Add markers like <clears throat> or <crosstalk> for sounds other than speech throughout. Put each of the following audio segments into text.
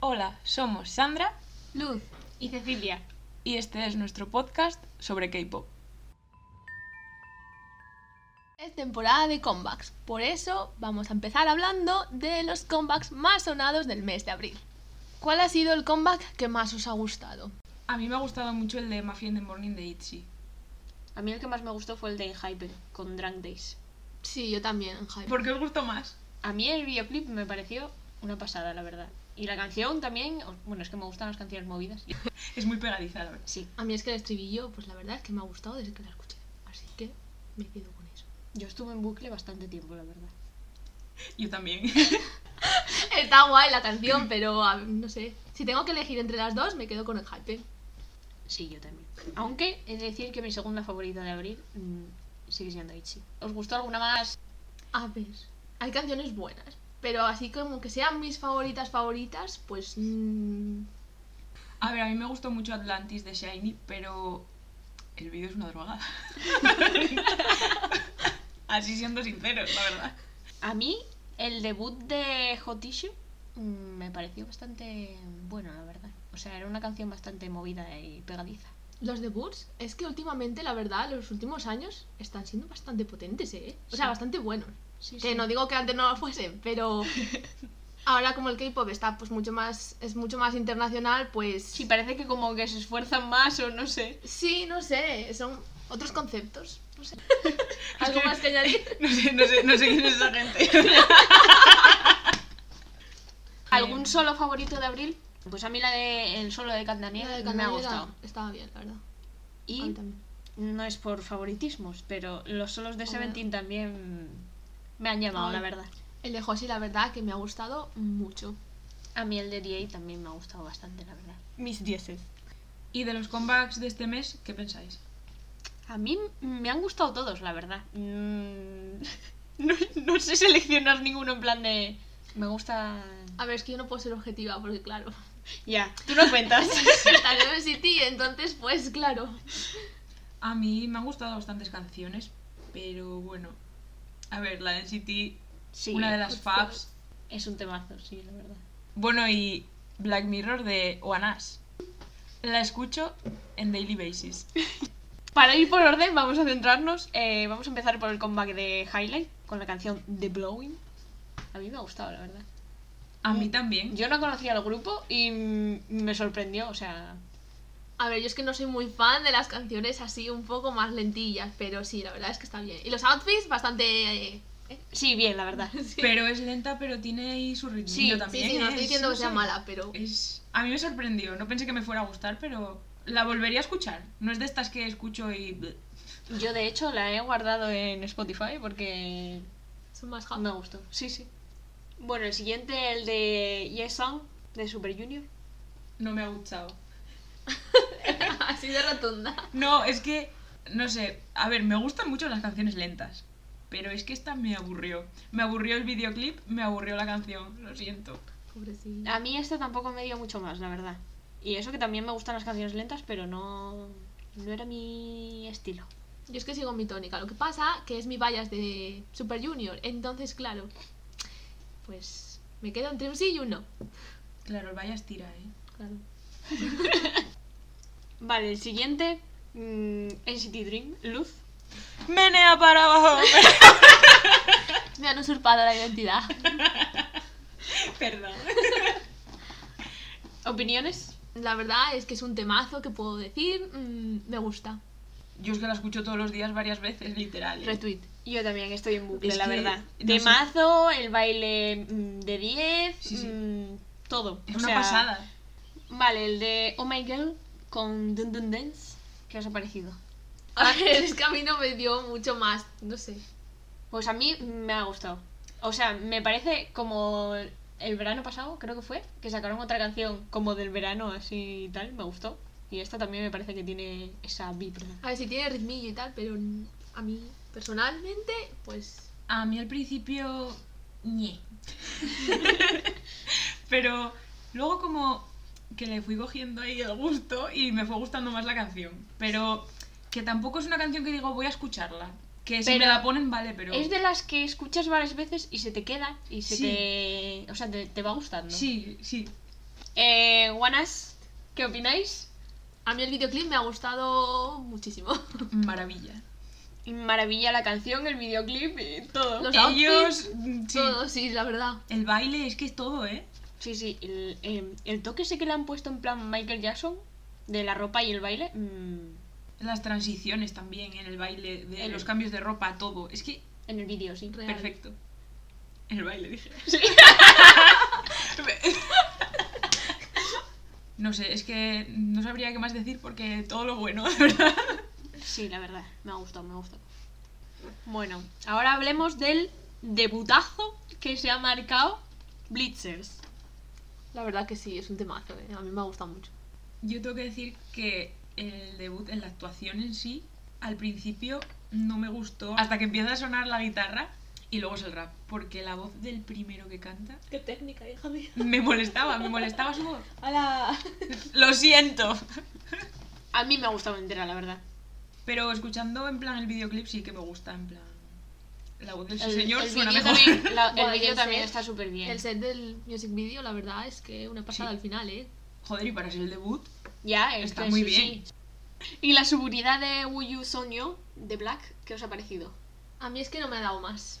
Hola, somos Sandra Luz y Cecilia. y este es nuestro podcast sobre K-pop. Es temporada de comebacks, por eso vamos a empezar hablando de los comebacks más sonados del mes de abril. ¿Cuál ha sido el comeback que más os ha gustado? A mí me ha gustado mucho el de Mafia in the Morning de ITZY. A mí el que más me gustó fue el de Hyper con Drunk Days. Sí, yo también, Jaime. ¿Por qué os gustó más? A mí el videoclip me pareció una pasada, la verdad. Y la canción también, bueno, es que me gustan las canciones movidas. Es muy pegadiza, la verdad. Sí, A mí es que el estribillo, pues la verdad es que me ha gustado desde que la escuché. Así que me quedo con eso. yo estuve en bucle bastante tiempo, la verdad. Yo también. <laughs> <laughs> Está guay la <clears throat> canción, pero a- no sé. Si tengo que elegir entre las dos, me quedo con el hype. Sí, yo también. Aunque es decir que mi segunda favorita de abril mm, sigue siendo Itchy. ¿Os gustó alguna más? A ver, hay canciones buenas, pero así como que sean mis favoritas favoritas, pues mm, A ver, a mí me gustó mucho Atlantis de Shiny, pero el vídeo es una <laughs> drogada. Así siendo sinceros, la verdad. A mí el debut de Hot Tissue mm, me pareció bastante bueno, la verdad. O sea, era una canción bastante movida y pegadiza. los debuts es que últimamente, la verdad, los últimos años están siendo bastante potentes, ¿eh? O sea, Sí. bastante buenos. Sí, Que sí. no digo que antes no lo fuesen, pero ahora como el K-pop está pues mucho más es mucho más internacional, pues Sí, parece que como que se esfuerzan más o no sé. Sí, no sé, son otros conceptos, no sé. Algo más que añadir. No sé, no sé, no sé quién es esa gente. <laughs> ¿Algún solo favorito de abril? Eh, Pues a mí la de el solo de Candaniega La de me ha Candela gustado. Estaba bien, la verdad. A mí Y también. no es por favoritismos, pero los solos de Hombre. Seventeen también me han llamado, la Ay. verdad. El de Josie, la verdad, que me ha gustado mucho. A mí el de DA también me ha gustado bastante, la verdad. Mis dieces. ¿Y de los comebacks de este mes, qué pensáis? A mí me han gustado todos, la verdad. Mm, <laughs> No, no sé seleccionar ninguno en plan de... Me gusta... A ver, es que yo no puedo ser objetiva, porque claro, <laughs> Ya, tú no cuentas. está en el City, entonces pues claro. A mí me han gustado bastantes canciones, pero bueno. A ver, la Density, <laughs> sí, una de las por favor. faves. es un temazo, sí, la verdad. Bueno, y Black Mirror de Oanas. La escucho en daily basis. Para ir por orden, vamos a centrarnos. eh, vamos a empezar por el comeback de Highlight con la canción The Blowing. A mí me ha gustado, la verdad. A mí también. Yo no conocía al grupo y mm, me sorprendió, o sea. A ver, yo es que no soy muy fan de las canciones así un poco más lentillas, pero sí, la verdad es que está bien. Y los outfits bastante... eh, <laughs> Sí, bien, la verdad. sí. Pero es lenta, pero tiene ahí su ritmo Sí, sí, Sí, también. sí, Eh, no es- estoy diciendo que sea sí. mala, pero... Es... A mí me sorprendió. No pensé que me fuera a gustar, pero la volvería a escuchar. No es de estas que escucho y... bleh. Yo, de hecho, la he guardado en Spotify porque Son más me no. gustó. Sí, sí. Ah. Bueno, el siguiente, el de Yesung de Super Junior. No me ha gustado. <laughs> Así de rotunda. No, es que, no sé, a ver, me gustan mucho las canciones lentas, pero es que esta me aburrió. Me aburrió el videoclip, me aburrió la canción, lo siento. Pobrecilla. A mí este tampoco me dio mucho más, la verdad. Y eso que también me gustan las canciones lentas, pero no. No era mi estilo. Yo es que sigo mi tónica. Lo que pasa que es mi vallas de Super Junior. Entonces, claro, pues me quedo entre un sí y un no. Claro, el Vallas tira, ¿eh? Claro. Vale, el siguiente. mm, NCT Dream, Luz. Menea para abajo. Me han usurpado la identidad. <laughs> Perdón. ¿Opiniones? La verdad es que es un temazo que puedo decir. mm, me gusta. Yo es que la escucho todos los días varias veces, literal. ¿eh? Retweet. Yo también estoy en bucle, Es la que, verdad. no sé. Temazo, el baile mm, de 10, Sí, sí. mm, todo. Es O una sea, pasada. Vale, el de Oh My Girl con Dun Dun Dance. ¿Qué os ha parecido? A ver, <laughs> es que a mí no me dio mucho más. No sé. Pues a mí me ha gustado. O sea, me parece como el verano pasado, creo que fue, que sacaron otra canción como del verano así y tal, me gustó. Y esta también me parece que tiene esa vibra. A ver si tiene ritmillo y tal, pero mm, a mí personalmente, pues. A mí al principio... <laughs> ñe. pero luego como que le fui cogiendo ahí el gusto y me fue gustando más la canción. Pero que tampoco es una canción que digo voy a escucharla. Que si me Pero- la ponen, vale, pero... Es de las que escuchas varias veces y se te queda y se Sí. te. O sea, te, te va gustando. Sí, <laughs> sí. Eh, Guanas, ¿qué opináis? A mí el videoclip me ha gustado muchísimo. <laughs> Maravilla. Maravilla la canción, el videoclip, eh, todo. Los Ellos. outfits, mm, sí. todo, sí, la verdad. El baile es que es todo, ¿eh? Sí, sí, el, eh, el toque ese que le han puesto en plan Michael Jackson, de la ropa y el baile, mm, Las transiciones también en el baile, de El- los cambios de ropa, todo. Es que en el vídeo, sí. Real. perfecto. En el baile, dije. Sí. <laughs> No sé, es que no sabría qué más decir porque todo lo bueno, <laughs> de verdad. Sí, la verdad, me ha gustado, me ha gustado. Bueno, ahora hablemos del debutazo que se ha marcado Blitzers. La verdad que sí, es un temazo, eh. a mí me ha gustado mucho. Yo tengo que decir que el debut en la actuación en sí, al principio no me gustó. Hasta que empieza a sonar la guitarra y luego es el rap. Porque la voz del primero que canta Qué técnica, hija mía. me molestaba, me molestaba su voz. Hola. Lo siento. A mí me ha gustado entera, la verdad. Pero escuchando en plan el videoclip sí que me gusta, en plan. La voz del El, señor el suena vídeo mejor. también, la- <laughs> el Bueno, vídeo yo también sé. está súper bien. El set del music video, la verdad es que una pasada Sí. al final, ¿eh? Joder, y para ser el debut, Ya, Está este, muy sí, bien. sí. Y la seguridad de Will You Sonyo de Black, ¿qué os ha parecido? A mí es que no me ha dado más.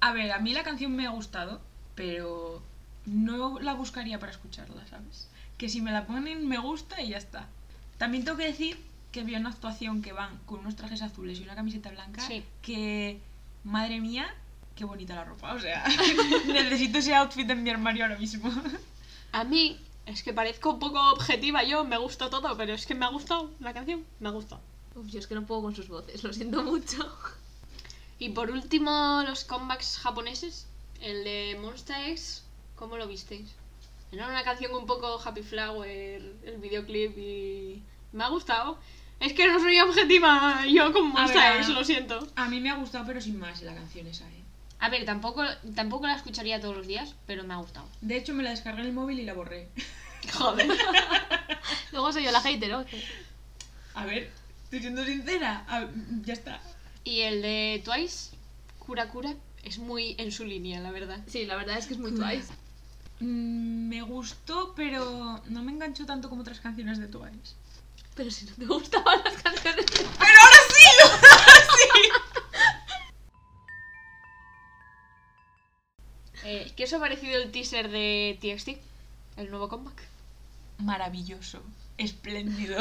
A ver, a mí la canción me ha gustado, pero no la buscaría para escucharla, ¿sabes? Que si me la ponen, me gusta y ya está. También tengo que decir que vi una actuación que van con unos trajes azules y una camiseta blanca Sí. que, madre mía, qué bonita la ropa. O sea, <laughs> necesito ese outfit en mi armario ahora <laughs> mismo. A mí, es que parezco un poco objetiva yo, me gusta todo, pero es que me ha gustado la canción, me ha gustado. Uf, yo es que no puedo con sus voces, <laughs> lo siento mucho. Y por último, los comebacks japoneses. El de Monster X, ¿cómo lo visteis? Era una canción un poco Happy Flower, el videoclip y... Me ha gustado. Es que no soy objetiva yo con ver, Monster a X, ver. lo siento. A mí me ha gustado, pero sin más la canción esa, ¿eh? A ver, tampoco, tampoco la escucharía todos los días, pero me ha gustado. De hecho, me la descargué en el móvil y la borré. <laughs> Joder. Luego soy yo la hater, ¿no? A ver, estoy siendo sincera. A- ya está. y el de Twice, Cura Cura, es muy en su línea, la verdad. Sí, la verdad es que es <laughs> muy Cura. twice. Mm, Me gustó, pero no me enganchó tanto como otras canciones de Twice. Pero si no te gustaban las canciones. ¡Pero ahora sí! Eh, ¿Qué os ha parecido el teaser de TXT? El nuevo comeback. Maravilloso. Espléndido.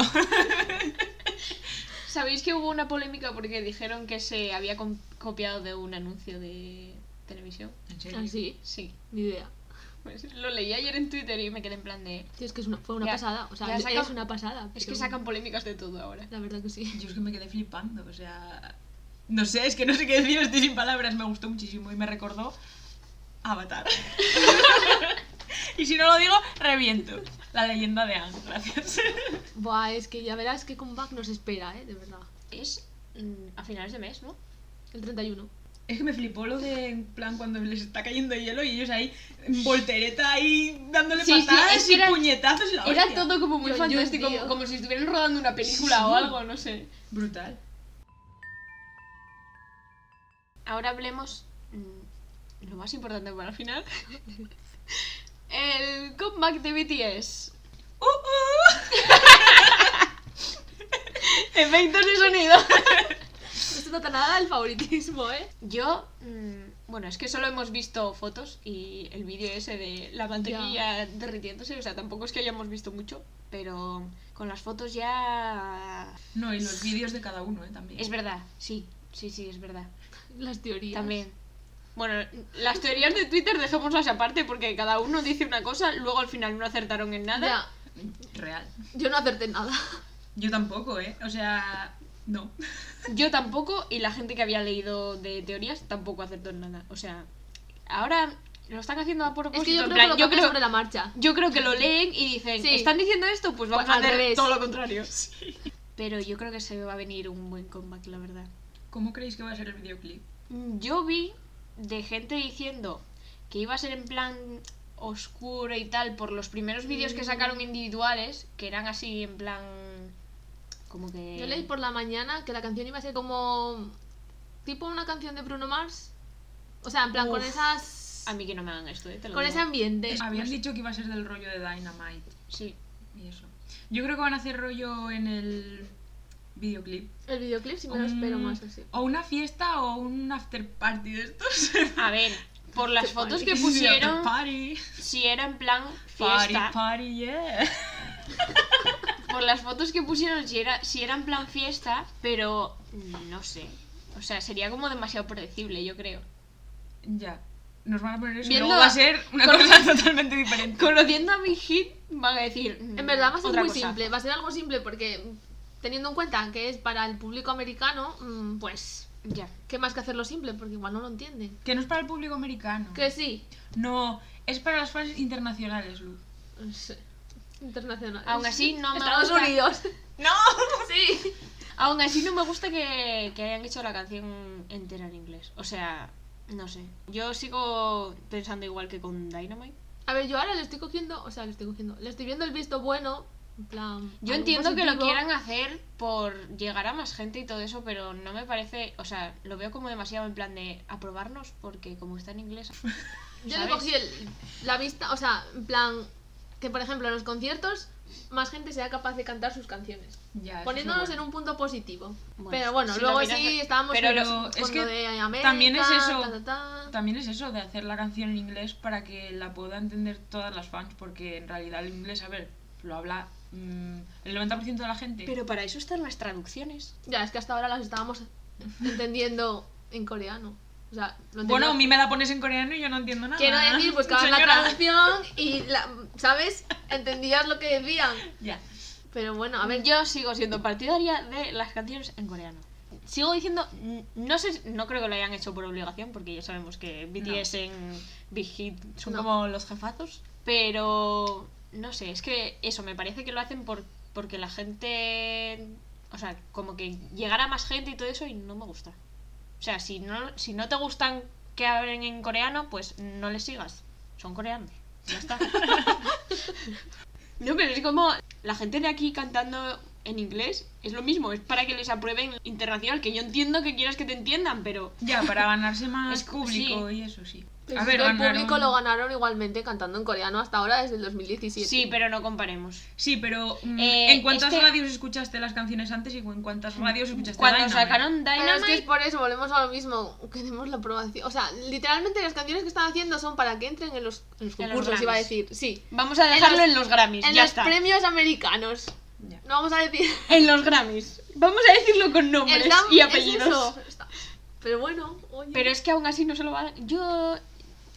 ¿Sabéis que hubo una polémica porque dijeron que se había com- copiado de un anuncio de televisión? ¿En Así, Sí. ni idea. Pues lo leí ayer en Twitter y me quedé en plan de... Tío, es que es una- fue una Ya- pasada. O sea, ya sacan- es una pasada. Es que pero sacan polémicas de todo ahora. La verdad que sí. Yo es que me quedé flipando, o sea... No sé, es que no sé qué decir, estoy sin palabras. Me gustó muchísimo y me recordó Avatar. <laughs> y si no lo digo, reviento. La leyenda de Anne, gracias. Buah, es que ya verás qué comeback nos espera, ¿eh? De verdad. Es mm, a finales de mes, ¿no? El 31. Es que me flipó lo de, en plan, cuando les está cayendo hielo y ellos ahí, en voltereta ahí, dándole Sí, sí, patadas es que y era- puñetazos y la Era hostia. todo como muy Yo- yo fantástico, entiendo. como, como si estuvieran rodando una película o Sí. algo, no sé. Brutal. Ahora hablemos mm, lo más importante para el final. el comeback de BTS. ¡Uh, uh! Efectos de sonido. No se trata nada del favoritismo, ¿eh? Yo, mm, bueno, es que solo hemos visto fotos y el vídeo ese de la mantequilla derritiéndose, o sea, tampoco es que hayamos visto mucho, pero con las fotos ya... No, y los vídeos de cada uno, ¿eh? También. Es verdad, sí, sí, sí, es verdad. Las teorías. También. Bueno, las teorías de Twitter dejémoslas aparte porque cada uno dice una cosa, luego al final no acertaron en nada. Ya, Real. yo no acerté nada. Yo tampoco, ¿eh? O sea, no. Yo tampoco, y la gente que había leído de teorías tampoco acertó en nada. O sea, ahora lo están haciendo a propósito. Es que yo en creo plan, que lo yo yo creo- sobre la marcha. yo creo que lo leen y dicen, Sí. ¿están diciendo esto? Pues vamos Pues a al hacer revés. todo <laughs> lo contrario. Pero yo creo que se va a venir un buen comeback, la verdad. ¿Cómo creéis que va a ser el videoclip? Yo vi de gente diciendo que iba a ser en plan oscuro y tal por los primeros vídeos que Mm. sacaron individuales, que eran así en plan... Como que... Yo leí por la mañana que la canción iba a ser como. tipo una canción de Bruno Mars. O sea, en plan, con Uf. esas. A mí que no me hagan esto, eh, te lo Con ese digo. ambiente. Habían dicho que iba a ser del rollo de Dynamite Sí. y eso. Yo creo que van a hacer rollo en el videoclip. El videoclip sí me lo espero Un- más así. O una fiesta o un after party de estos. <laughs> A ver, por las fotos que Sí, after pusieron, Party. si era en plan Party, fiesta, party, yeah. por las fotos que pusieron, si era, si era en plan fiesta, pero no sé. O sea, sería como demasiado predecible, yo creo. Ya. Nos van a poner eso. y Viendo luego va a la- ser una con- cosa <laughs> totalmente diferente. Conociendo a mi hit, van a decir. mm, En verdad va a ser otra muy cosa. simple, va a ser algo simple porque mm, teniendo en cuenta que es para el público americano, mm, pues Ya. qué más que hacerlo simple porque igual no lo entienden. Que no es para el público americano. Que sí, No, es para las fans internacionales, Luz. Sí. eh, internacional. <laughs> Aún así, no me Estados gusta. <laughs> Unidos. ¡No! <laughs> sí. Aún así, no me gusta que, que hayan hecho la canción entera en inglés. O sea, no sé. Yo sigo pensando igual que con Dynamite. A ver, yo ahora le estoy cogiendo, o sea, le estoy cogiendo, le estoy viendo el visto bueno, en plan. Yo algo entiendo que lo positivo. quieran hacer por llegar a más gente y todo eso, pero no me parece. O sea, lo veo como demasiado en plan de aprobarnos porque, como está en <laughs> inglés. Yo le ¿sabes? cogí el- la vista, o sea, en plan que por ejemplo en los conciertos más gente sea capaz de cantar sus canciones, Ya, eso poniéndonos es en un punto positivo. Bueno, pero bueno, si lo luego miras- sí estábamos pero felices lo- con es que lo de América, también es eso. ta, ta, ta. También es eso de hacer la canción en inglés para que la pueda entender todas las fans, porque en realidad el inglés, a ver, lo habla mm, el 90% de la gente. Pero para eso están las traducciones. Ya, es que hasta ahora las estábamos entendiendo en coreano. O sea, lo bueno, a entendíamos- mí me la pones en coreano y yo no entiendo nada. Quiero decir, <laughs> pues buscabas la Señora. traducción y, la, ¿sabes? Entendías lo que decían. Ya. Pero bueno, a ver, yo... yo sigo siendo partidaria de las canciones en coreano. Sigo diciendo, n- no sé, no creo que lo hayan hecho por obligación, porque ya sabemos que BTS en Big Hit son No. como los jefazos, pero no sé, es que eso, me parece que lo hacen por, porque la gente, o sea, como que llegara más gente y todo eso y no me gusta. O sea, si no, si no te gustan que hablen en coreano, pues no les sigas, son coreanos, ya <laughs> está. No, pero es como la gente de aquí cantando en inglés es lo mismo, es para que les aprueben internacional, que yo entiendo que quieras que te entiendan, pero Ya, para ganarse más Es- público sí. y eso sí. pues es que el ganaron- público lo ganaron igualmente cantando en coreano hasta ahora desde el 2017. sí, pero no comparemos. Sí, pero mm, Eh, ¿en cuántas este- radios escuchaste las canciones antes y en cuántas radios escuchaste Cuando Este Dynamite? sacaron Pero es que es Dynamite, por eso, volvemos a lo mismo. Queremos la aprobación. O sea, literalmente las canciones que están haciendo son para que entren en los, en los En los concursos, iba a decir. Grammys. Sí. vamos a dejarlo los- en los Grammys, En ya los está. premios americanos. Ya. No vamos a <laughs> decir. En los Grammys. Vamos a decirlo con nombres el Dam- y es apellidos. eso. Está- Pero bueno, oye. Pero es que aún así no se lo van a... Yo...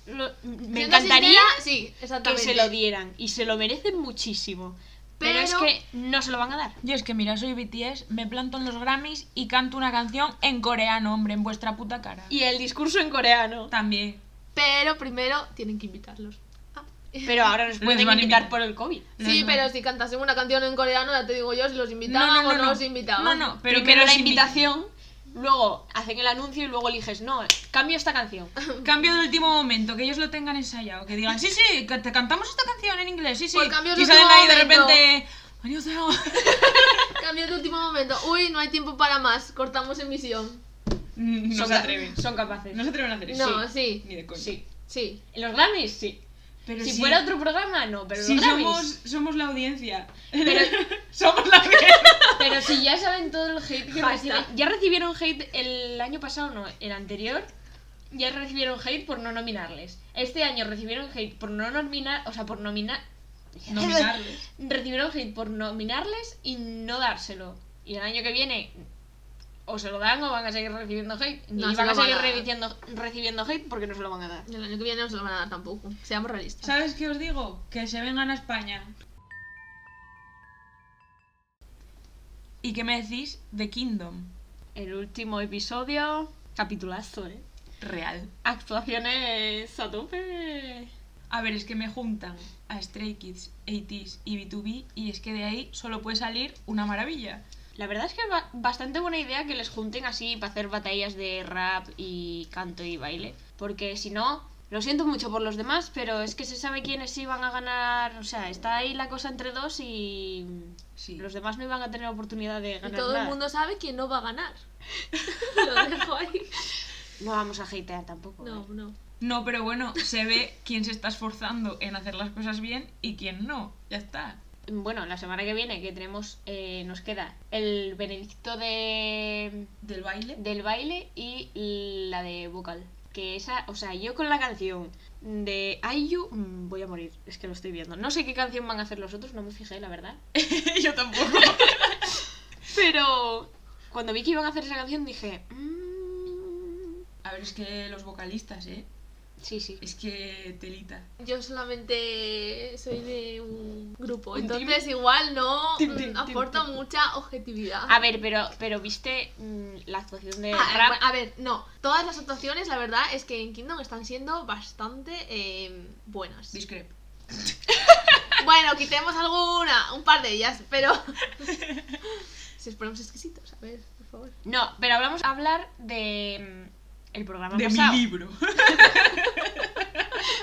lo- me Siendo encantaría sincera, sí, que exactamente. se lo dieran y se lo merecen muchísimo. Pero, es Pero- que no se lo van a dar. Yo es que mira, soy BTS, me planto en los Grammys y canto una canción en coreano, hombre, en vuestra puta cara. Y el discurso en coreano. También. Pero primero tienen que invitarlos. Ah. Pero ahora nos Les pueden van a invitar invitar. por el COVID. Sí, No, no. pero si cantasen una canción en coreano, ya te digo yo si los invitaban o no, los invitaban. No, no, pero Primero que los la invi- invitación, luego hacen el anuncio y luego eliges, no, cambio esta canción. Cambio de último momento, que ellos lo tengan ensayado, que digan, sí, sí, que te cantamos esta canción en inglés, sí, sí. Pues cambios de y salen último ahí de momento. repente. "Annyeonghaseyo". Cambio de último momento. Uy, no hay tiempo para más. Cortamos emisión. Mm, <laughs> No son, se ca- atreven. son capaces. No se atreven a hacer eso. No, sí. Ni de coña. Sí. Sí. En los Grammys, sí. Pero si sí. fuera otro programa, no, pero Sí, los Grammys. somos, <laughs> somos la audiencia. Pero, somos la audiencia. <laughs> pero si ya saben todo el hate que Basta. reciben. Ya recibieron hate el año pasado, no, el anterior. Ya recibieron hate por no nominarles. Este año recibieron hate por no nominar, o sea, por nominar. Nominarles. <laughs> recibieron hate por nominarles y no dárselo. Y el año que viene o se lo dan o van a seguir recibiendo hate. Ni No, se van lo a seguir van a dar. recibiendo, recibiendo hate porque no se lo van a dar. El año que viene no se lo van a dar tampoco. Seamos realistas. ¿Sabes qué os digo? Que se vengan a España. ¿Y qué me decís de Kingdom? El último episodio, capitulazo, ¿eh? Real. Actuaciones a tope. A ver, es que me juntan a Stray Kids, 80s y B2B y es que de ahí solo puede salir una maravilla. La verdad es que ba- bastante buena idea que les junten así para hacer batallas de rap y canto y baile. Porque si no, lo siento mucho por los demás, pero es que se sabe quiénes iban a ganar. O sea, está ahí la cosa entre dos y Sí. los demás no iban a tener oportunidad de Y ganar. todo el nada. mundo sabe que <laughs> no va a ganar. lo dejo ahí. No vamos a hatear tampoco. No, ¿eh? no. No, pero bueno, se ve quién se está esforzando en hacer las cosas bien y quién no. Ya está. Bueno, la semana que viene que tenemos, eh, nos queda el Benedicto de, Del baile. <laughs> del baile y la de vocal. Que esa, o sea, yo con la canción de IU mm, voy a morir, es que lo estoy viendo. No sé qué canción van a hacer los otros, no me fijé, la verdad. <laughs> yo tampoco. Pero cuando vi que iban a hacer esa canción dije... mm, A ver, es que los vocalistas, ¿eh? sí, sí. Es que telita. Yo solamente soy de un grupo, Un team. entonces igual no Team, mm, team, team, aporta team. mucha objetividad. A ver, pero, pero viste mm, la actuación de Ah, Rap. bueno, a ver, no. Todas las actuaciones, la verdad, es que en Kingdom están siendo bastante eh, buenas. Discrepo. Bueno, quitemos alguna, un par de ellas, <laughs> pero. Si os ponemos exquisitos, a ver, por favor. No, pero hablamos hablar de mm, el programa De mi pasado. <laughs> libro.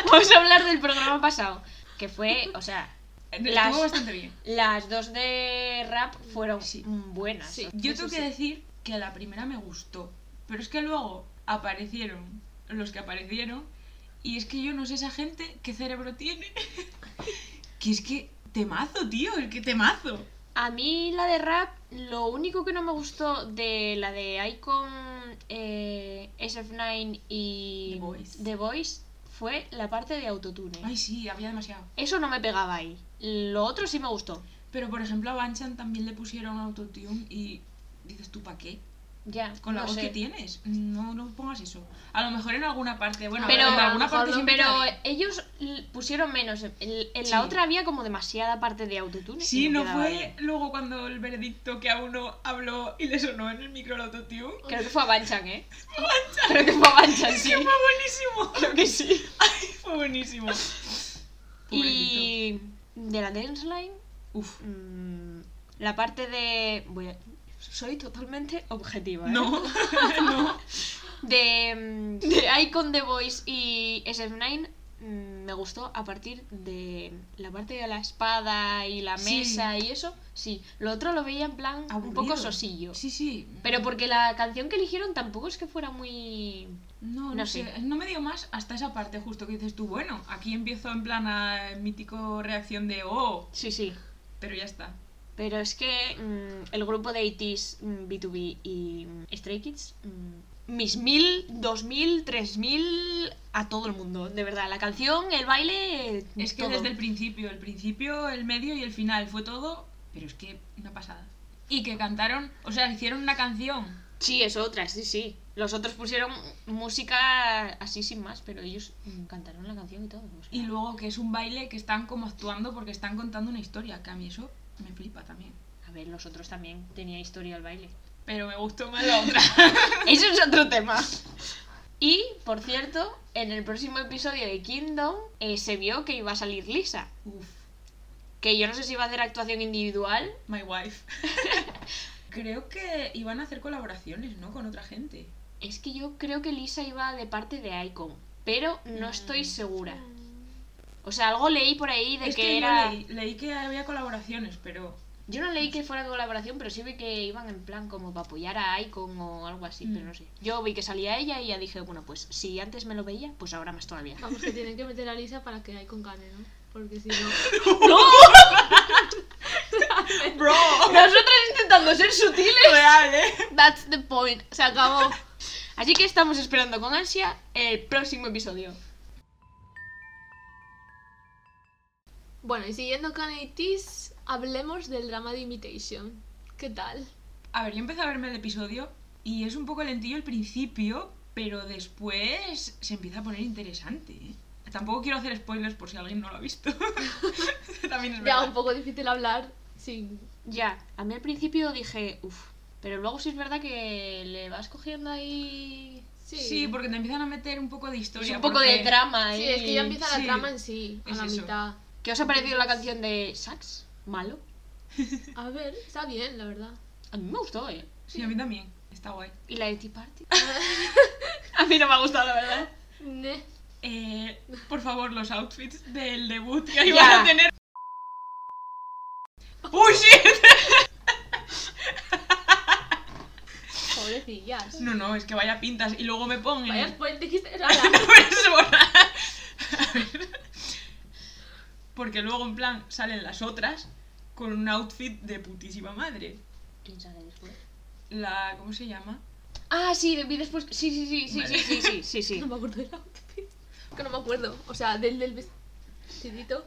Vamos a hablar del programa pasado, que fue, o sea, Las- Estuvo bastante bien. las dos de rap fueron Sí. mm, buenas. Sí. Yo Eso tengo sí. que decir que la primera me gustó, pero es que luego aparecieron los que aparecieron y es que yo no sé esa gente qué cerebro tiene. <laughs> que es que temazo, tío, es que temazo. A mí la de rap, lo único que no me gustó de la de Icon, eh, SF9 y The Voice. Voice fue la parte de autotune. Ay, sí, había demasiado. Eso no me pegaba ahí. Lo otro sí me gustó. Pero por ejemplo a Banchan también le pusieron autotune y dices tú, ¿para qué? Ya, Con la no voz sé. que tienes, no, no pongas eso. A lo mejor en alguna parte, bueno, Pero- en a lo alguna mejor parte no, siempre Pero te la di. ellos l- pusieron menos. En, en la Sí. otra había como demasiada parte de autotune. y Sí, no quedaba fue bien. luego cuando el veredicto que a uno habló y le sonó en el micro el autotune. Creo que fue a Banchan, ¿eh? Creo que fue <laughs> a Banchan, Es sí. que fue buenísimo. <laughs> Creo que sí. Fue buenísimo. Y de la dance line, Uf. mm, la parte de... voy a- Soy totalmente objetiva. ¿eh? No, no. <laughs> De, mm, de Icon The Voice y SF9 mm, me gustó a partir de la parte de la espada y la Sí. mesa y eso. Sí, lo otro lo veía en plan un poco Aburrido. <laughs> sosillo. Sí, sí. Pero porque la canción que eligieron tampoco es que fuera muy... No, no, no sé. sé. No me dio más hasta esa parte justo que dices tú, bueno, aquí empiezo en plan a mítico reacción de oh, Sí, sí. pero ya está. Pero es que mm, el grupo de 80s, mm, B2B y mm, Stray Kids, mm, mis mil, dos mil, tres mil, a todo el mundo, de verdad. La canción, el baile, Es que todo. desde el principio, el principio, el medio y el final fue todo, pero es que una pasada. Y que cantaron, o sea, hicieron una canción. Sí, es otra, sí, sí. Los otros pusieron música así sin más, pero ellos mm, cantaron la canción y todo. o sea. Y luego que es un baile que están como actuando porque están contando una historia, que a mí eso me flipa también. A ver, los otros también tenía historia <laughs> el baile. Pero me gustó más la otra. Eso es otro tema. Y, por cierto, en el próximo episodio de Kingdom eh, se vio que iba a salir Lisa. Uf. Que yo no sé si va a hacer actuación individual. My wife. Creo que iban a hacer colaboraciones, ¿no? Con otra gente. Es que yo creo que Lisa iba de parte de Icon. Pero no estoy segura. O sea, algo leí por ahí de es que, que, yo era. leí, leí que había colaboraciones, pero. <laughs> Yo no leí que fuera de colaboración, pero sí vi que iban en plan como para apoyar a Icon o algo así, Mm. pero no sé. Yo vi que salía ella y ya dije, bueno, pues si antes me lo veía, pues ahora más <laughs> todavía. Vamos, que tienen que meter a Lisa para que hay con Cane, ¿no? Porque si no. <laughs> <laughs> ¡Bro! Nosotros intentando ser sutiles. Real, ¿eh? That's the point, se acabó. Así que estamos esperando con ansia el próximo episodio. Bueno, y siguiendo con ATs, hablemos del drama de Imitation. ¿Qué tal? A ver, yo empecé a verme el episodio y es un poco lentillo al principio, pero después se empieza a poner interesante, ¿eh? Tampoco quiero hacer spoilers por si alguien no lo ha visto. <laughs> También es Ya, verdad. un poco difícil hablar sin. Ya, a mí al principio dije, uff, pero luego sí es verdad que le vas cogiendo ahí... Sí, Sí. porque te empiezan a meter un poco de historia. Es un poco porque- de drama. Sí, ahí. es que ya empieza la Sí. trama en sí, a Es la eso. mitad. ¿Qué os ha parecido la canción de Sax? ¿Malo? A ver, está bien, la verdad. A mí me gustó, ¿eh? Sí, a mí también. Está guay. ¿Y la de Tea Party? a mí no me ha gustado, la verdad. Ne. Eh, por favor, los outfits del debut que ahí Ya. van a tener. ¡Oh, shit! Pobre decías. No, no, es que vaya pintas y luego me pongan. Vaya, pues <laughs> dijiste. persona. A ver. Porque luego, en plan, salen las otras con un outfit de putísima madre. ¿Quién sale después? La. ¿Cómo se llama? Ah, sí, vi después. Sí, sí, sí, sí, Vale. sí, sí, sí, sí, <laughs> sí. No me acuerdo del outfit. Que no me acuerdo. O sea, del del <laughs> vestidito.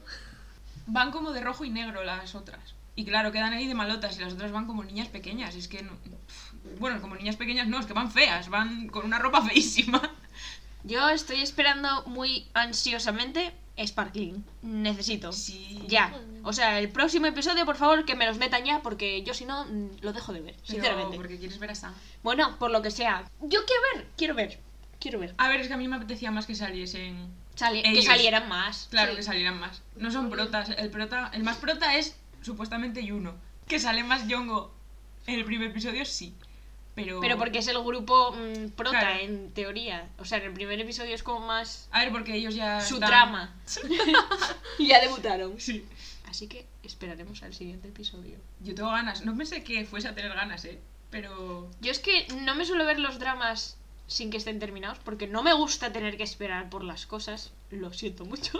Van como de rojo y negro las otras. Y claro, quedan ahí de malotas y las otras van como niñas pequeñas. Es que no. pf, Bueno, como niñas pequeñas no, es que van feas, van con una ropa <laughs> feísima. Yo estoy esperando muy ansiosamente Sparkling. Necesito. Sí. Ya. O sea, el próximo episodio, por favor, que me los metan ya, porque yo si no mm, lo dejo de ver, Pero sinceramente. porque quieres ver a Sam. Bueno, por lo que sea. Yo quiero ver, quiero ver, quiero ver. A ver, es que a mí me apetecía más que saliesen. Sali- que Ellos. salieran más. Claro Sí. que salirán más. No son protas. El prota, el más prota es supuestamente Yuno. Que sale más Yongo en el primer episodio, sí. Pero. Pero porque es el grupo mm, prota, Claro. en teoría. O sea, en el primer episodio es como más A ver, porque ellos ya. su están- trama. ya debutaron. Sí. Así que esperaremos al siguiente episodio. Yo tengo ganas. No pensé que fuese a tener ganas, eh. Pero. Yo es que no me suelo ver los dramas sin que estén terminados, porque no me gusta tener que esperar por las cosas. Lo siento mucho.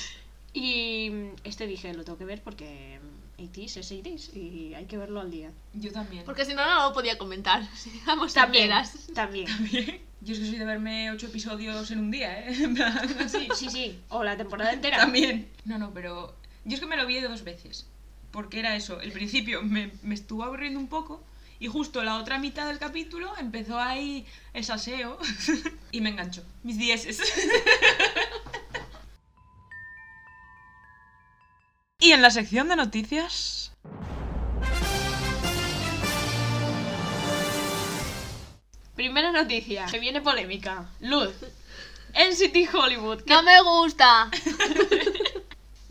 <laughs> y mm, este dije, lo tengo que ver porque mm, 80s es 80s y hay que verlo al día. Yo también. Porque si no, no lo podía comentar. <laughs> Sigamos También, enteras. <laughs> también. <laughs> Yo es que soy de verme ocho episodios en un día, eh. <laughs> En plan, así. Sí, sí, o <laughs> la temporada entera. También. No, no, pero. Yo es que me lo vi de dos veces. Porque era eso. El principio me, me estuvo aburriendo un poco. Y justo la otra mitad del capítulo empezó ahí el salseo. <laughs> y me enganchó. Mis dieces. <laughs> y en la sección de noticias. Primera noticia, que viene polémica. <laughs> Luz. En City Hollywood. que No me gusta.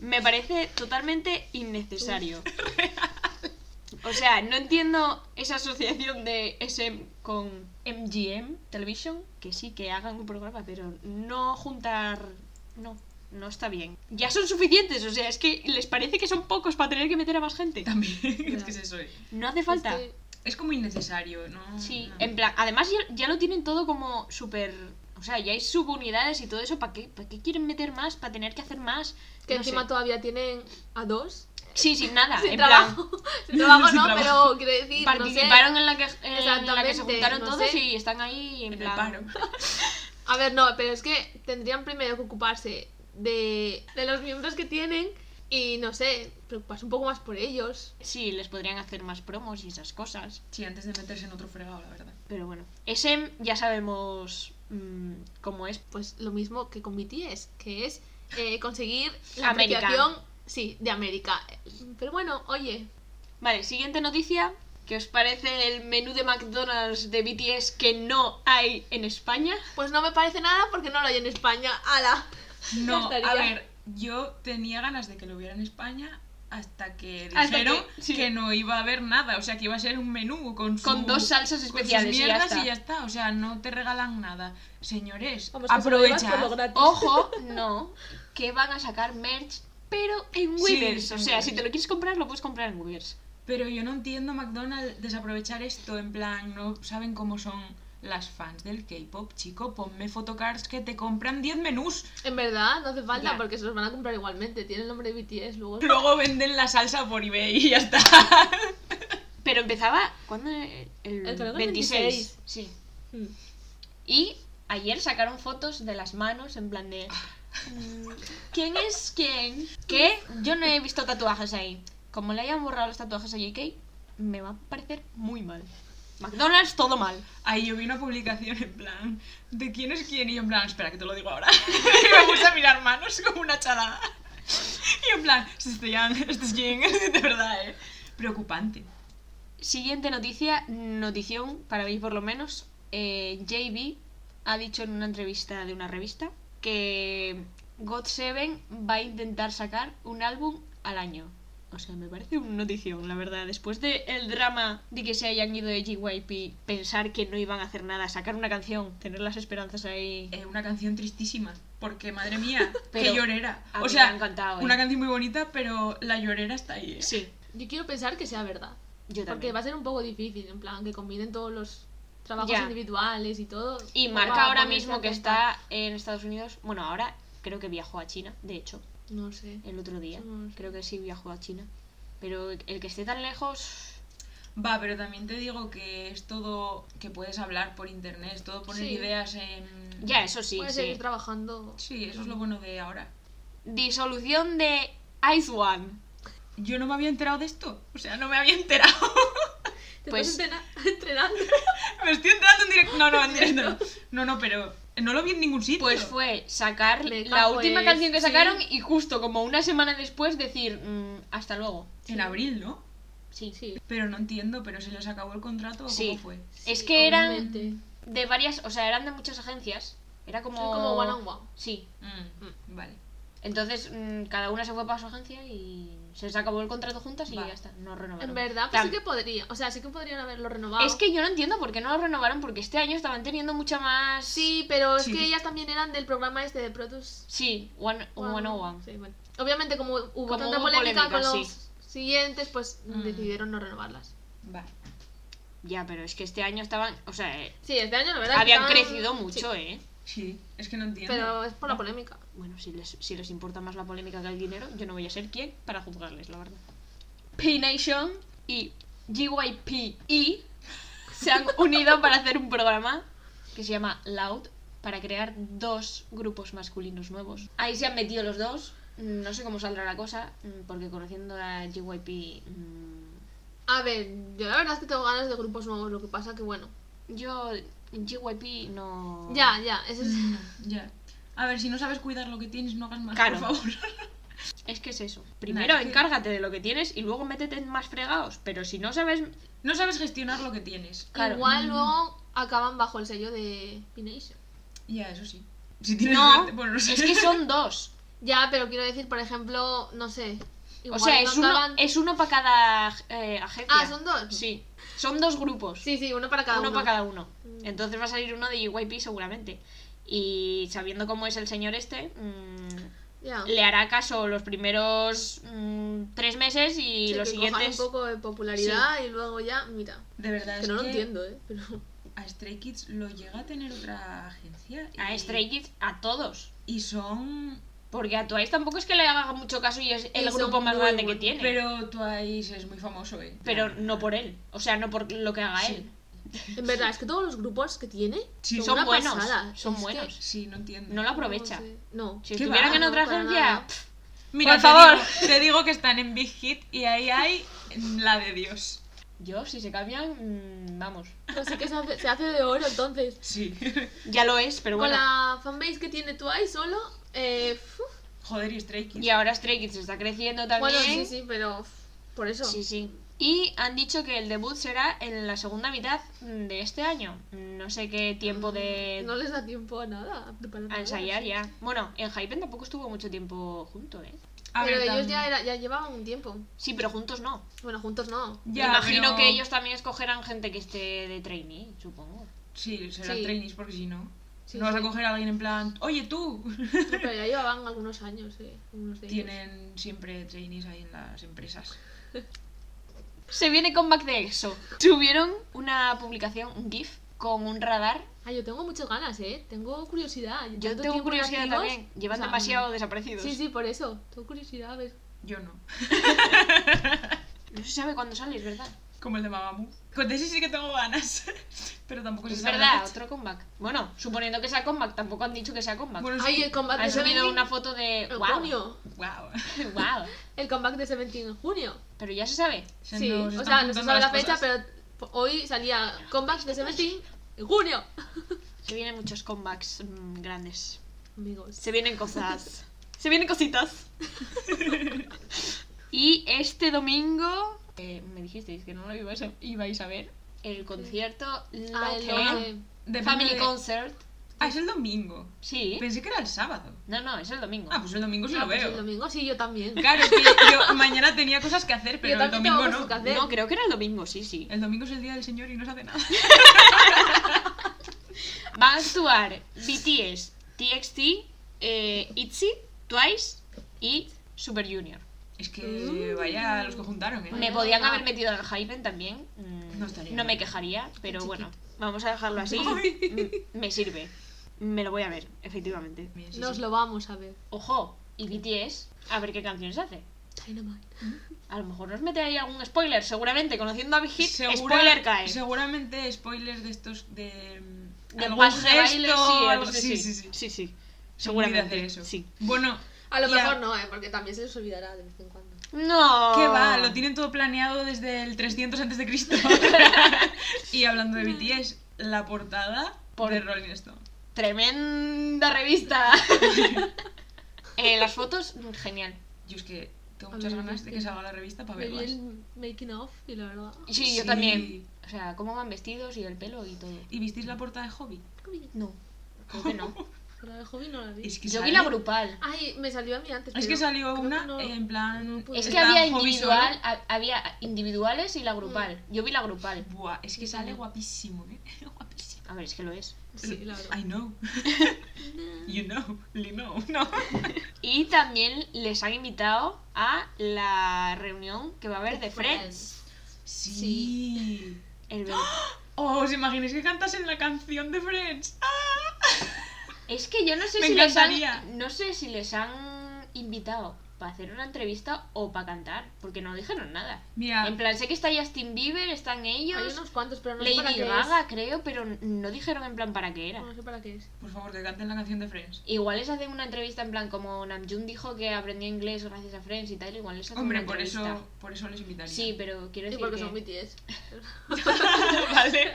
me parece totalmente innecesario. O sea, no entiendo esa asociación de SM con MGM Television, que sí, que hagan un programa, pero no juntar... No, no está bien. Ya son suficientes, o sea, es que les parece que son pocos para tener que meter a más gente. También. es que es eso. eh. No hace falta. Es que- Es como innecesario, ¿no? Sí, No. en plan, además ya, ya lo tienen todo como súper... O sea, ya hay subunidades y todo eso, ¿para qué, ¿para qué quieren meter más? ¿Para tener que hacer más? Que No encima sé. todavía tienen a dos. Sí, sin <laughs> nada. sin en plan, <laughs> trabajo. sin trabajo Sin no, trabajo. pero quiero decir. no sé. participaron en la que en la que Exactamente, se juntaron no todos sé. y están ahí En en, el plan paro. A ver, no, pero es que tendrían primero que ocuparse de, de los miembros que tienen y no sé, preocuparse un poco más por ellos. sí les podrían hacer más promos y esas cosas Sí, antes de meterse en otro fregado, la verdad. pero bueno SM ya sabemos mm, cómo es Pues lo mismo que con BTS, que es eh, conseguir la América. apreciación sí, de América. Pero bueno, oye, vale siguiente noticia ¿Qué os parece el menú de McDonald's de BTS que no hay en España? pues no me parece nada porque no lo hay en España. ¡Hala! No, Ya estaría. a ver, yo tenía ganas de que lo hubiera en España hasta que Hasta dijeron que- sí. que no iba a haber nada, o sea, que iba a ser un menú con su- Con dos salsas con sus especiales y ya mierdas está. y ya está, o sea, no te regalan nada. Señores, Vamos, que se lo llevas por lo aprovechad. gratis. Ojo, <laughs> no, que van a sacar merch, pero en Sí, Weavers. en o sea, Weavers. si te lo quieres comprar, lo puedes comprar en Weavers. Pero yo no entiendo McDonald's desaprovechar esto, en plan, no saben cómo son las fans del K-pop, chico, ponme photocards que te compran 10 menús, En verdad, no hace falta Ya. porque se los van a comprar igualmente. Tiene el nombre de BTS luego. luego venden la salsa por eBay y ya está. Pero empezaba, ¿cuándo? El, El creo que el 26. 26. Sí. Mm. Y ayer sacaron fotos de las manos en plan de... mm, ¿Quién es quién? Que yo no he visto tatuajes ahí. Como le hayan borrado los tatuajes a JK, me va a parecer muy mal. McDonald's, todo mal. Ahí yo vi una publicación en plan, ¿de quién es quién? Y yo en plan, espera, que te lo digo <laughs> ahora. y me puse a mirar manos como una chalada. Y en plan, este es Yang, este es Jin, <laughs> de verdad, ¿eh? Preocupante. Siguiente noticia, notición, para mí por lo menos. Eh, JB ha dicho en una entrevista de una revista que God Seven va a intentar sacar un álbum al año. O sea, me parece una notición, la verdad. Después del el drama de que se hayan ido de GYP, pensar que no iban a hacer nada, sacar una canción, tener las esperanzas ahí. Eh, una canción tristísima, porque madre mía, Pero qué llorera. a mí O me sea, ha encantado, ¿eh? una canción muy bonita, pero la llorera está ahí, ¿eh? Sí, Yo quiero pensar que sea verdad. yo Porque también. va a ser un poco difícil, en plan, que combinen todos los trabajos Ya. individuales y todo. Y no marca va a ahora ponerse mismo a que contar. está en Estados Unidos. Bueno, ahora creo que viajó a China, de hecho, No sé. el otro día. Eso no lo sé. Creo que sí viajó a China. Pero el que esté tan lejos. Va, pero también te digo que es todo que puedes hablar por internet, es todo poner Sí. ideas en... Ya, eso sí. Puede sí. seguir trabajando. Sí, eso es lo bueno de ahora. Disolución de Ice One. Yo no me había enterado de esto, o sea, no me había enterado. Te Pues- estás entrena- <laughs> entrenando. me estoy enterando en directo. <laughs> No, no, en directo. no. No, no, pero no lo vi en ningún sitio. Pues fue sacar Me la cago última en- canción que pues, sí. sacaron y justo como una semana después decir mm, hasta luego. En abril, ¿no? Sí. Sí. Pero no entiendo, pero se les acabó el contrato o Sí. cómo fue. Es Sí, que eran obviamente. de varias, o sea, eran de muchas agencias. Era como. Como one on one. Sí. Mm, mm, vale. Entonces, mm, cada una se fue para su agencia y se les acabó el contrato juntas y Va. ya está. No renovaron. En verdad, pues sí Tam- que podría. O sea, sí que podrían haberlo renovado. Es que yo no entiendo por qué no lo renovaron, porque este año estaban teniendo mucha más. Sí, pero es Sí. que ellas también eran del programa este de Produce Sí, one, One- one on one. Sí, bueno. Obviamente, como hubo Como tanta hubo polémica, con polémica, los siguientes, pues Mm. decidieron no renovarlas. Vale. Ya, pero es que este año estaban. O sea, eh, Sí, este año, la verdad. que habían estaban- crecido sí, mucho, ¿eh? Sí, es que no entiendo. pero es por la polémica. Bueno, si les, si les importa más la polémica que el dinero, yo no voy a ser quien para juzgarles, la verdad. P-Nation y GYPE <laughs> se han unido para hacer un programa que se llama Loud para crear dos grupos masculinos nuevos. Ahí se han metido los dos. mm, No sé cómo saldrá la cosa, mm, porque conociendo a GYP, mm, A ver, yo la verdad es que tengo ganas de grupos nuevos, lo que pasa que bueno. yo GYP no... Ya, ya, ese es. Mm, <laughs> ya. A ver, si no sabes cuidar lo que tienes, no hagas más, Claro. por favor. <laughs> Es que es eso. Primero es que- encárgate de lo que tienes y luego métete en más fregados. Pero si no <laughs> sabes... No sabes gestionar lo que tienes. <laughs> Claro. Igual luego acaban bajo el sello de Pination. Ya, eso sí. Si tienes No, suerte, bueno, no sé. Es que son dos. Ya, pero quiero decir, por ejemplo, no sé. O igual sea, no es uno, acaban- es uno para cada eh, agencia. Ah, son dos. Sí. Son dos grupos. Sí, sí, uno para cada uno, uno. para cada uno. Mm. Entonces va a salir uno de YP seguramente. Y sabiendo cómo es el señor este, mm, Ya. le hará caso los primeros mm, tres meses y Sí, los que cojan siguientes. un poco de popularidad y luego ya, mira. <laughs> De verdad, Que es no lo que entiendo, ¿eh? <laughs> Pero... A Stray Kids lo llega a tener otra agencia. A y- Stray Kids, a todos. Y son. Porque a Twice tampoco es que le haga mucho caso y es el Y son grupo más muy grande que buenos. tiene. Pero, Pero Twice es muy famoso, ¿eh? no por él. O sea, no por lo que haga Sí. él. En verdad, es que todos los grupos que tiene Sí, son, son una buenos, pasada. son Es que- buenos. Sí, no entiendo. No lo aprovecha. No sé, No. Si ¿Qué estuvieran va? en No, otra para agencia. nada. pff, Mira, Por Pues te favor. digo- <laughs> te digo que están en Big Hit y ahí hay la de Dios. Yo, si se cambian, mm, vamos. Así que se hace, se hace de oro entonces. Sí. Ya lo es, pero Con bueno. la fanbase que tiene Twice solo, eh, uf, <laughs> Joder, y Stray Kids. Y ahora Stray Kids está creciendo también. bueno, sí, sí, pero uf, por eso. Sí, sí. Y han dicho que el debut será en la segunda mitad de este año. No sé qué tiempo de... Mm, No les da tiempo a nada a preparar A nada, ensayar sí. ya. Bueno, en Hypen tampoco estuvo mucho tiempo junto, ¿eh? A Pero ver, ellos tam- ya, era- ya llevaban un tiempo. Sí, pero juntos no. Bueno, juntos no. Ya, Me imagino pero- que ellos también escogerán gente que esté de trainee, supongo. Sí, serán Sí. trainees porque si no. Sí, no vas sí. a coger a alguien en plan, oye <laughs> tú. Pero ya llevaban algunos años, eh. Algunos de ellos. Tienen siempre trainees ahí en las empresas. Se viene comeback de EXO. Tuvieron una publicación, un GIF, con un radar Ah, yo tengo muchas ganas, eh. Tengo curiosidad. Yo Tanto tengo tiempo curiosidad inactivos, también. Llevan o sea, demasiado desaparecidos. Sí, sí, por eso. Tengo curiosidad a ver. Yo no. No se sabe cuándo sale, es verdad. Como el de Mamamoo. Con ese sí que tengo ganas. <laughs> Pero tampoco Pues es se sabe verdad, la fecha. otro comeback. Bueno, suponiendo que sea comeback, tampoco han dicho que sea comeback. Bueno, Ay, el comeback han de subido Seventeen una foto de. en ¡Wow! <laughs> junio. <laughs> Wow. ¡Wow! El comeback de Seventeen en junio. Pero ya se sabe. sí, o sea, no se sabe la fecha, pero po- hoy salía comeback de Seventeen en junio. Se vienen muchos comebacks mm, grandes. Amigos. Se vienen cosas. se vienen <laughs> cositas. y este domingo. eh, me dijisteis que no lo ibais a, ibais a ver. El concierto Ah, el Lo que- once. Depende Family de- Concert. Ah, es el domingo. Sí. Pensé que era el sábado. No, no, es el domingo. Ah, pues el domingo sí Ah, lo pues El veo. domingo sí, yo también. Claro, es que yo mañana tenía cosas que hacer, pero Yo el también tengo domingo cosas que no. hacer. de- No, creo que era el domingo, sí, sí. El domingo es el día del señor y no se hace nada. Van a actuar BTS, TXT, eh, ITZY, Twice y Super Junior. Es que vaya, los que juntaron, ¿eh? Me podían haber metido en el Hypen también. mm, No estaría Ah. No me mal. quejaría, pero chiquito. bueno, vamos a dejarlo <laughs> así. Mm, me sirve. Me lo voy a ver, efectivamente. Bien, sí, Nos sí. lo vamos a ver. Ojo, y BTS, a ver qué canciones hace. Dynamite. A lo mejor nos mete ahí algún spoiler, seguramente, conociendo a Big Hit, Segura- spoiler cae. Seguramente spoilers de estos de. mm, De algún pasos de baile, gesto o sí, algo- algo- sí, sí, sí. sí, sí. Son muy de Seguramente. hacer eso. Sí. Bueno, A lo y a- mejor no, ¿eh? porque también se les olvidará de vez en cuando. No. ¿Qué va? Lo tienen todo planeado desde el 300 antes de <laughs> Cristo. y hablando de BTS, la portada Por- de Rolling Stone. Tremenda revista. <laughs> Eh, las fotos, genial. Yo es que tengo A muchas ver, ganas es de que- que salga la revista para Me vi verlas. el making of y la verdad. Sí, yo Sí. también. O sea, cómo van vestidos y el pelo y todo. ¿Y visteis la portada de Hobby? No, creo que <laughs> no. La de hobby no la vi. Es que Yo sale- vi la grupal. Ay, me salió a mí antes. Es pero que salió creo una que no- eh, en plan. pude. Pues Es que está había Hobby individual, solo. ha- había individuales y la grupal. Yo vi la grupal. Buah, es que sale Sí. guapísimo, ¿eh? <laughs> Guapísimo. A ver, es que lo es. Sí, la verdad. I <laughs> know. You know. You know. No. Y también les han invitado a la reunión que va a haber de Friends. Sí. El ve- Oh, ¿os imagináis que cantasen la canción de Friends? ¡Ah! Es que yo no sé Me si les encantaría. han, no sé si les han invitado para hacer una entrevista o para cantar, porque no dijeron nada. Mira, En plan, sé que está Justin Bieber, están ellos, Hay unos cuantos, pero no sé para Lady qué Gaga, creo, pero no dijeron en plan para qué es. era. No sé para qué es. por favor, que canten la canción de Friends. Igual les hacen una entrevista en plan como Namjoon dijo que aprendió inglés gracias a Friends y tal, igual les hacen Hombre, una por entrevista. eso, por eso les invitaría. Sí, pero quiero Y decir porque que- son BTS. <laughs> vale.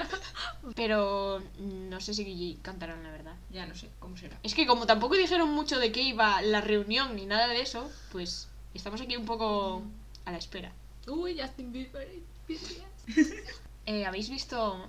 Pero no sé si cantarán la verdad. Ya no sé cómo será. Es que como tampoco dijeron mucho de qué iba la reunión ni nada de eso, pues estamos aquí un poco a la espera. Uy, Justin Bieber y BTS. Eh, ¿Habéis visto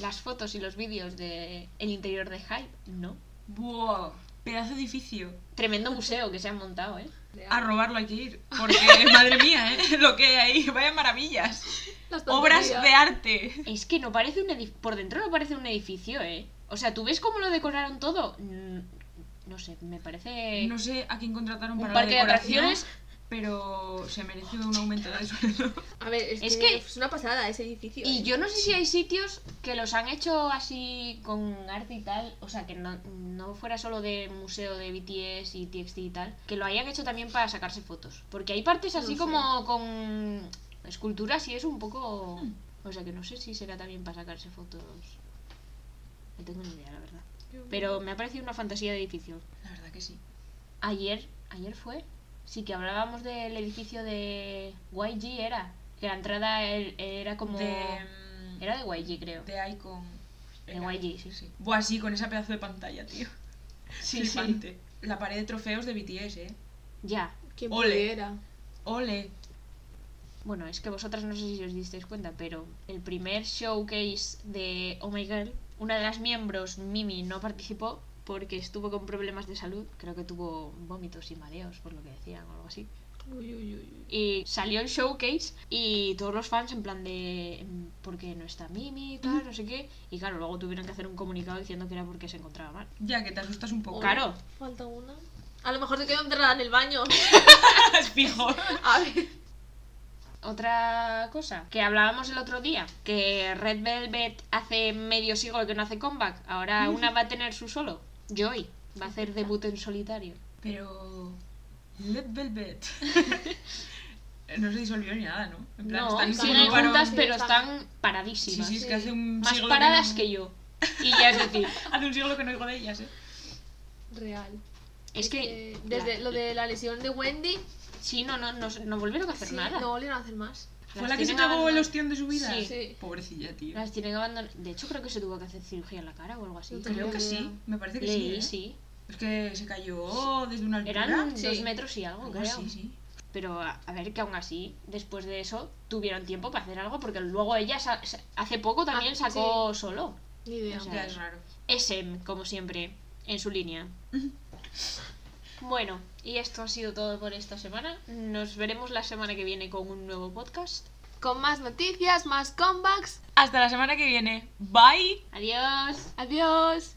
las fotos y los vídeos de el interior de Hype? No. Buah, pedazo de edificio. Tremendo museo que se han montado, ¿eh? A robarlo hay que ir. Porque, <laughs> madre mía, ¿eh? Lo que hay ahí. Vaya maravillas. Las Obras tonterías. de arte. Es que no parece un edificio... Por dentro no parece un edificio, ¿eh? O sea, ¿tú ves cómo lo decoraron todo? Mm, No sé, me parece... No sé a quién contrataron Un para parque de la decoración, atracciones. pero se merece un aumento de sueldo. A ver, es, Es que, que- es una pasada ese edificio. Y ¿eh? yo no sé si hay sitios que los han hecho así con arte y tal, o sea, que no, no fuera solo de museo de BTS y TXT y tal, que lo hayan hecho también para sacarse fotos. Porque hay partes No así sé. como con esculturas y es un poco... Hmm. O sea, que no sé si será también para sacarse fotos. No tengo ni idea, la verdad. Pero me ha parecido una fantasía de edificio. La verdad que sí. Ayer, ayer fue, sí que hablábamos del edificio de YG era, que la entrada el- era como... De, mm, Era de YG, creo. de Icon. De Era- YG, sí. Buah, sí, con esa pedazo de pantalla, tío. Sí, sí. Flipante. La pared de trofeos de BTS, ¿eh? Ya. ¿Quién Ole. pudiera? Ole. Bueno, es que vosotras no sé si os disteis cuenta, pero el primer showcase de Oh My Girl, una de las miembros, Mimi, no participó porque estuvo con problemas de salud. Creo que tuvo vómitos y mareos, por lo que decían o algo así. Uy, uy, uy, uy. Y salió el showcase y todos los fans en plan de mm, ¿por qué no está Mimi? tal, no sé qué. Y claro, luego tuvieron que hacer un comunicado diciendo que era porque se encontraba mal. Ya que te asustas un poco. Claro. Falta una. A lo mejor se quedó enterrada en el baño. <laughs> <laughs> Es fijo. A ver. Otra cosa que hablábamos el otro día, que Red Velvet hace medio siglo que no hace comeback, ahora una va a tener su solo, Joy, va a hacer debut en solitario. Pero. Led <laughs> Velvet. no se disolvió ni nada, ¿no? En plan, No, están siguen como para- juntas Sí, pero están- están Sí, paradísimas. sí, es que hace un Más siglo. paradas no- que yo. Y ya es <laughs> decir, Hace un siglo que no oigo de ellas, ¿eh? Real. es que... Desde la- lo de la lesión de Wendy. Sí, no, no, no, no volvieron a hacer sí, nada. No volvieron a hacer más. ¿Fue Las la que se tienen cagó el abandonadas. ostión de su vida? Sí. Sí. Pobrecilla, tío. Las tienen abandonadas. De hecho, creo que se tuvo que hacer cirugía en la cara o algo así. Yo Creo que sí, me parece que sí. ¿eh? Leí, sí. Es que se cayó desde una altura. Eran Sí. dos metros y algo, Algo creo. así, sí. Pero a, a ver que aún así, después de eso, tuvieron tiempo para hacer algo, porque luego ella sa- sa- hace poco también Ah, sacó solo. Ni idea. O sea, Ya es raro. SM, como siempre, en su <laughs> línea. Bueno, y esto ha sido todo por esta semana. Nos veremos la semana que viene con un nuevo podcast. Con más noticias, más comebacks. Hasta la semana que viene. Bye. Adiós. Adiós.